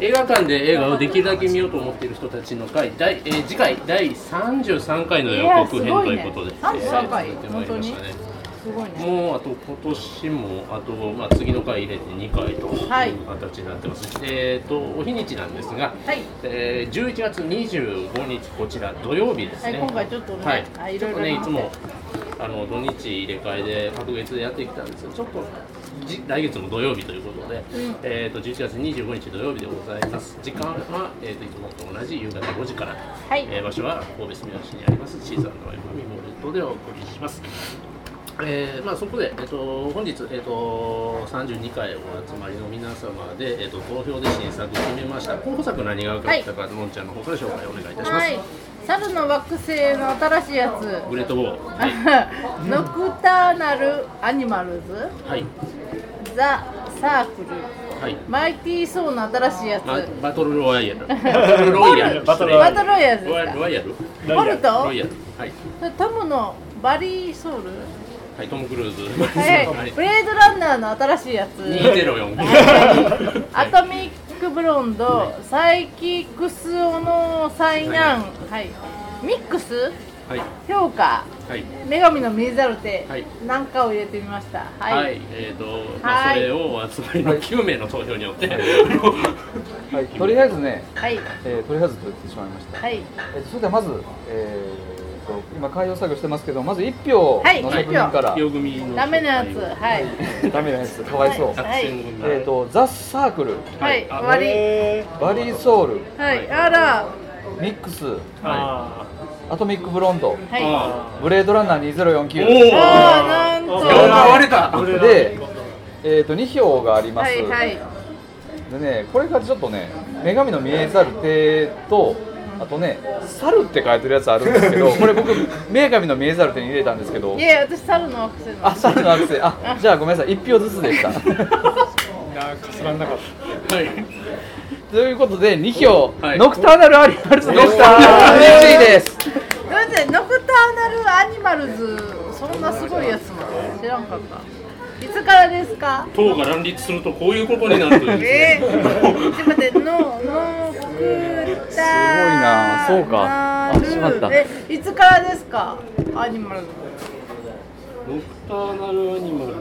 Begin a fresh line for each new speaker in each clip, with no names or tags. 映画館で映画をできるだけ見ようと思っている人たちの会第、えー次回第33回の予告編
いやすご
と
い
いう
ね
ことで、
33回
えー続いてまいりましたね
すごいね
もうあと今年もあと、まあ、次の回入れて2回と
はい
いう形になってます、えっ、とお日にちなんですが、
はい
えー、11月25日こちら土曜日です
はい
ね、
今回ちょっとね
はい
あい
ちょっ
ろい
と
ろ
ねい
な
つもあの土日入れ替えで各月でやってきたんですがちょっとじ来月も土曜日ということで、
ん
えー、と11月25日土曜日でございます時間は、えー、といつもと同じ夕方5時から、
はい
えー場所は神戸住吉にありますシーザンのエマミモルトでお送りしますえーまあ、そこで、えっと本日、えっと32回お集まりの皆様で、えっと投票で新作決めました候補作何が分かったか、のんちゃんの方から紹介お願いいたします、
はい猿の惑星の新しいやつ
グレートボー、はい
ノクターナルアニマルズ
はい
ザ・サークル
はい
マイティー・ソーの新しいやつ
まバトルロワイヤル。バトルロイヤル。
バトル
バトルロイヤルズ
ロワロワイヤル。
ボルト
ロイヤル。はい。
トムのバリー・ソウル
はい、トム・クルーズ。
はいはいブレードランナーの新しいやつ
二ゼロ四。
アトミックブロンド、サイキックスオの災難、はい、ミックス、
はい。
評価、
はい。
女神のミニザルテ、
はい
なんかを入れてみました。は
は
い、
い。えっと、まあ
はい
それをお集まりの九名の投票によって。
はい、とりあえずね、
はい、
えーとりあえずと言ってしまいました。
はい、
えーそれではまず、えーと今開票作業してますけど、まず一票
はい
の作品から、
両組の。
ダメなやつ、はい、
ダメなやつ、かわいそう。
作戦組。
えっ、とザサークル、
はい、
あ
終わり。
バリーソウル、
はい、あら、
ミックス、
は
アトミックブロンド、
い。
はい、あ
あ
ブレードランナー
ー
2049。
お
あ、なんと、
お。選ばれた。
で、えっ、と2票があります。
はい、はい、
でね、これがちょっとね、女神の見えざる手と、あとね、猿って書いてるやつあるんですけど、これ僕、女神の見えざる手に入れたんですけど
い、や、私猿の惑星の。
あ、猿の惑星、あ、じゃあごめんなさい、1票ずつでした。
はい。
ということで、2票、
はい
ノクターナルアリマルズでした。1位です。
どうせノクターナルアニマルズそんなすごいやつなの知らんかったいつからですか
党が乱立すると、こういうことになるという
え
で
ー、ち
す
ょっ
ね。
と待ってノノクターナ
すごいなそうかあ
ル
しまった
えいつからですかアニマルズ
ドクターナルアニマル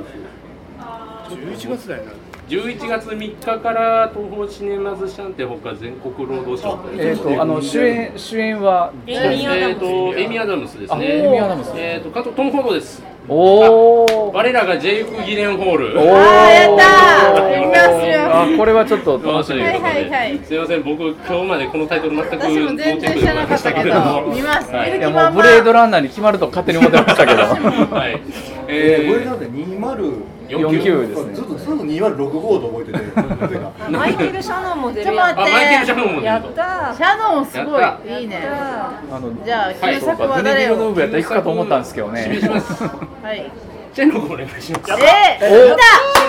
11月だよな
11月3日から東宝シネマズシャンテほか全国労働省という
えっ、と、あの主演、主演は、
えーとエイミー・アダムスですね。
あエイミーアダムス
えーと加藤トム・フォードです。
おー。
我らがジェイク・ギレンホール。
おー
あーやったー見ますよ
あ、これはちょっと
どう
楽
しよ
し
う
み
ということで
はいはいはい
すみません、僕今日までこのタイトル全く
私も全然知らなかったけ
持ってこ
ど
なかったけど
見ます
はい
見
い
る
や
気満
もう
々
ブレードランナーに決まると勝手に思ってましたけど
はい。
え
え
ー、これな
ー
んで20
49ですね
ずっとずっと2065号と覚えててなぜか
マイケル・シャノンも出る
ちょ
や
っ
ん
と
あマイケル・ジャンも出
や
る
っ
と。
た
シャノンすご
やった
いいいね
あの
じゃあ
はい
旧
そう
作
か
は
全
誰
色の
を
部やったら行くかと思ったんですけどね
示します。
はい
チェンロクお願いします。チェン
えー、
お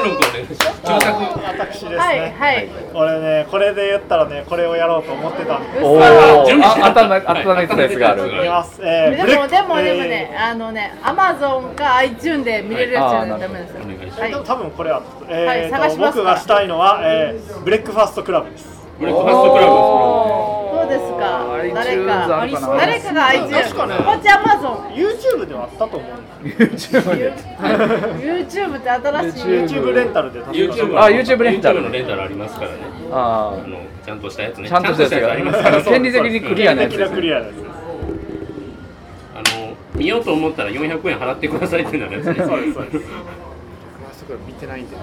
見
ロクお願いします。旧作
私ですね、
たはいはい
俺ねこれで言ったらねこれをやろうと思ってたんで
お
嘘
ー
準備し
あ
なか
あ
った
たなあたないたやつがある
いきます、え
で
ブレッ
も
ク
でもでも
えー
ね、あのね、アマゾンか iTune で見れるやつじゃなと
はいい
ダメですよ。
お願いします
はい
でも多分これは、
はい
えーと
探します
僕がしたいのは、えーブレックファーストクラブです
ブレックファーストクラブ
そうですか。誰
iTunes
か
あるかな
誰かが iTune。
確かね
こっちアマゾン。
YouTube ではあったと思うんだ
YouTube で
YouTube って新しい。
YouTube レンタルで確か
YouTube
あ YouTube レンタル
YouTube のレンタルありますからね。
あ
あのちゃんとしたやつ
ー
ね。
ちゃんとしたやつが
あ
あ
りま
りますす
か。
から ら権利的にクリアなやつ
的
で
な
す
ク
ね
リアなやつです
あの見ようと思ったら400円払ってくださいってなるやつね。
そうですそうです
あそこは見てないんだよ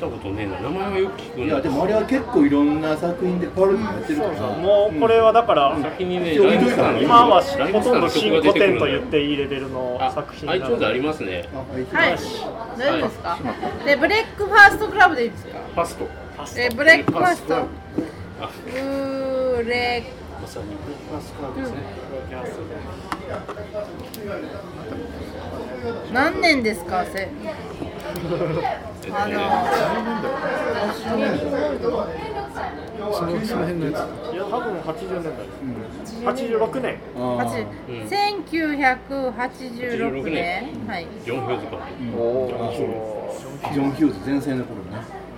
見たことねえな。名前はよく聞くん
いやでもあ
れ
れは結構いろんな作品でパロディやってるから、
もうこれはだから、
先にね、
一応
ライブスターの
今は
ライ
ほ
ブスター
とんど
の
新
曲が出
古
てくる
典
ん
と
だ
言
よ
っ。ていいレベルの
あ
作、品なの
iTunes
で
ありますね。
ああいつ
はい。大丈夫ですか。でブレックファーストクラブでいいですよ。
パスト。
えブレックファースト。
あ
ブレ
まさにブレックファーストクラブですね。
何年ですかせ。
えっ
あ
とね
の
そのその辺のやつ
いや多分80年代です、86年
八
うん
千九百八十六
86
年
年
はい。
4票とか。
お ー
ジョン・ヒューズ全盛の頃ね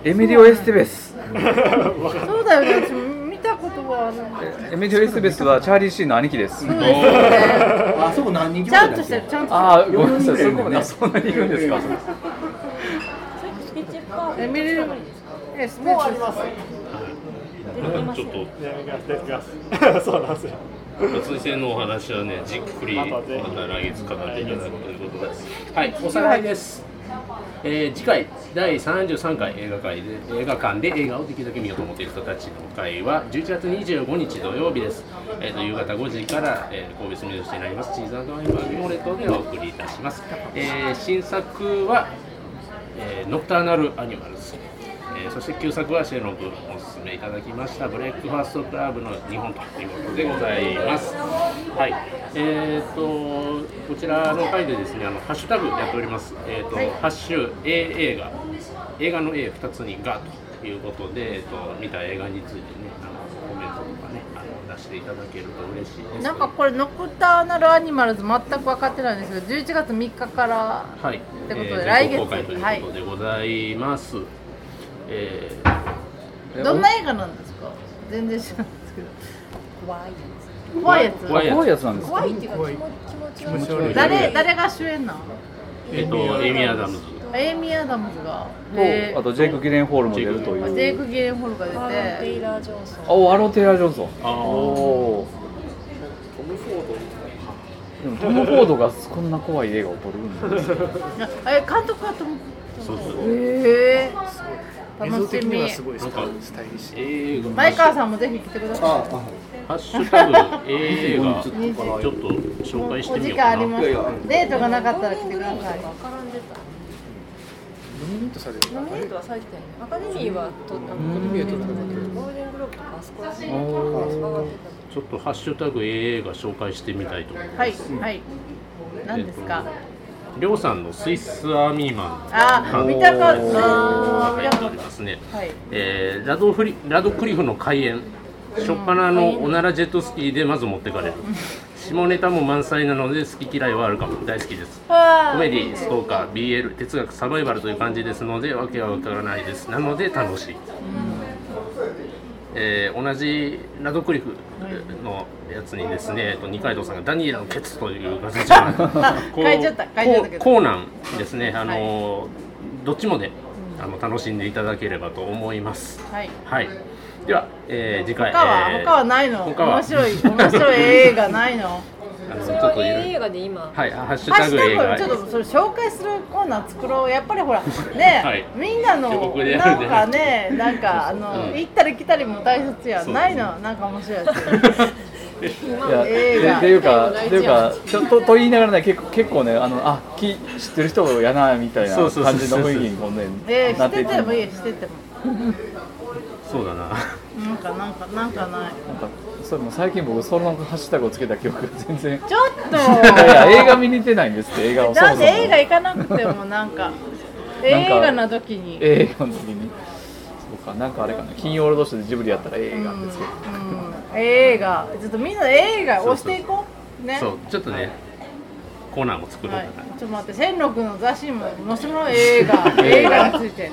エミリオ・エステベス
そうだよね、私見たことはない。
エミリオ・エステベスはチャーリー・シーンの兄貴です
そうですよ ね。
あそこ何人
ちゃんとしてる、ちゃんと
ああ
し
ごめんなさいそ
四人ぐらいいるね
こまであそんなにいるんですか
てる。エミリーエス
もう
も
あります。
ちょっと
いや、出てきます。 そうなんですよ。
通線のお話はね、じっくりまた来月語っていただくということで、はい、おさらいです。えー次回第33回映画会で映画館で映画をできるだけ見ようと思っている人たちの会は11月25日土曜日です、えーと夕方5時から、えー神戸住吉になりますチーズアイバービオレットでお送りいたします、えー新作は、えーノクターナルアニマルズ、えーそして旧作はシェロン君おすすめいただきましたブレックファーストクラブの日本ということでございますはいえー、とこちらの回でですねあのハッシュタグやっております、えーとハッシュ A 映画映画の A 二つにがということで、えー、と見た映画についてねあのコメントとかねあの出していただけると嬉しいです
なんかこれノクターナルアニマルズ全く分かってないんですけど、11月3日から
はい、
てことで
えー
来月
全国公開ということでございます、えー
どんな映画なんですか？全然知らないんですけど。怖いやつ。怖
怖
い
いやつ
怖いやつなんですか
怖いっていうか気持ち気持ち悪
やつ。
い。
誰誰が主演なの？
えっと、エイミー・アダムズ、
エイミー・アダムズが。で
とあとジェイク・ギレンホールも出ると
ジ
い
ェイ
う
ク・ギレンホルが
あ
出
テ
て。
イラー・ジョンソン。
おアロン・テイラー・ジョンソン
あー
おーでもトム・フォードがこんな怖い映画を撮るんですね
え監督はとも。
そうそう、
へえ。楽しみ。
ごい
なんか、
スタイリッシュ
映画、
前川さんもぜひ来てくださ
ああはい
ハッシュタグ、映画、ちょっ
い。
と紹介して
お
み
時
よう
間あ
か
り
な。
ます。デートがなかったら来てください。
絡んで
ノミネートされる
た。ノミネートはされてたよね。アカデミーはとった
ん
ゴールデングローブとかあそこら辺
おー
上がって
ちょっとハッシュタグ、映画紹介してみたいと思います。
はいはい。何ですか？
りょうさんのスイスアーミーマン
あー見たかった。見
入
た
って
か
お
っ
りますね。
た。はい。
えーラドフリラドクリフの開演初っ端のおならジェットスキーでまず持ってかれる下ネタも満載なので好き嫌いはあるかも大好きですコメディストーカー BL 哲学サバイバルという感じですのでわけはわからないですなので楽しい、えー同じラドクリフのやつにですねえっと二階堂さんが「ダニエラのケツ」という形 がこう
書いちゃった書いちゃった
こ
けど
うコーナンですねあのー、どっちもで、あの楽しんでいただければと思います
はい。
はい。では、えー、次回。
他は
えー
他はないの。
他は
面白い面白い映画ない の。
あのち
た。そ
ょ
れ
っ
は
といろい
映
ろ。
画で今。
はい、ハッシュ
ハッ
タ
シ
グ
ュ
映画。
タグちょっとそれ紹介するコーナー作ろうやっぱり ほらね、
はい
みんな
予
の
告でや
な
る
ん
ね
かね なんかあの、
うん
行ったり来たりも大切やん
そう
ないのなんか面白いや
今
いや
映画
ででいうか、でいうか、ちょっとと言いながらね、結構結構ね、あのあき知ってる人やなみたいな
そうそうそう
感
そう
じの雰囲気にこんね
つで
な
し
って
て
いて、
て
なん
も
か
いいしてても
そうだな。
なんかなんかなんか ない
それも最近僕そのハッシュタグをつけた記憶が全然。
ちょっと
いや映画見に行ってないんですって映画をそも
な
そ
ん
も
で映画行かなくてもなんか映画の時に
映画の時にそうかなんかあれかな金曜ロードショーでジブリやったら映画ですけど、
うん映画ちょっとみんな映画押していこうね
そう、ちょっとね、コーナーも作ろう
はい、
かな。
ちょっと待って、千六の雑誌も、もしも映画、 映画について。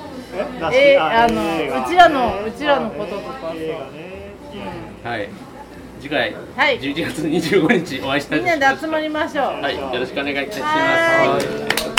え
え
あの、うちらの、うちらのこととか。
映画
は
ね。
い。次回、
はい
11月25日お会いした
み
いと思
んない
ます
で集まりましょう。
はい、よろしくお願いいたします。
はーい
はい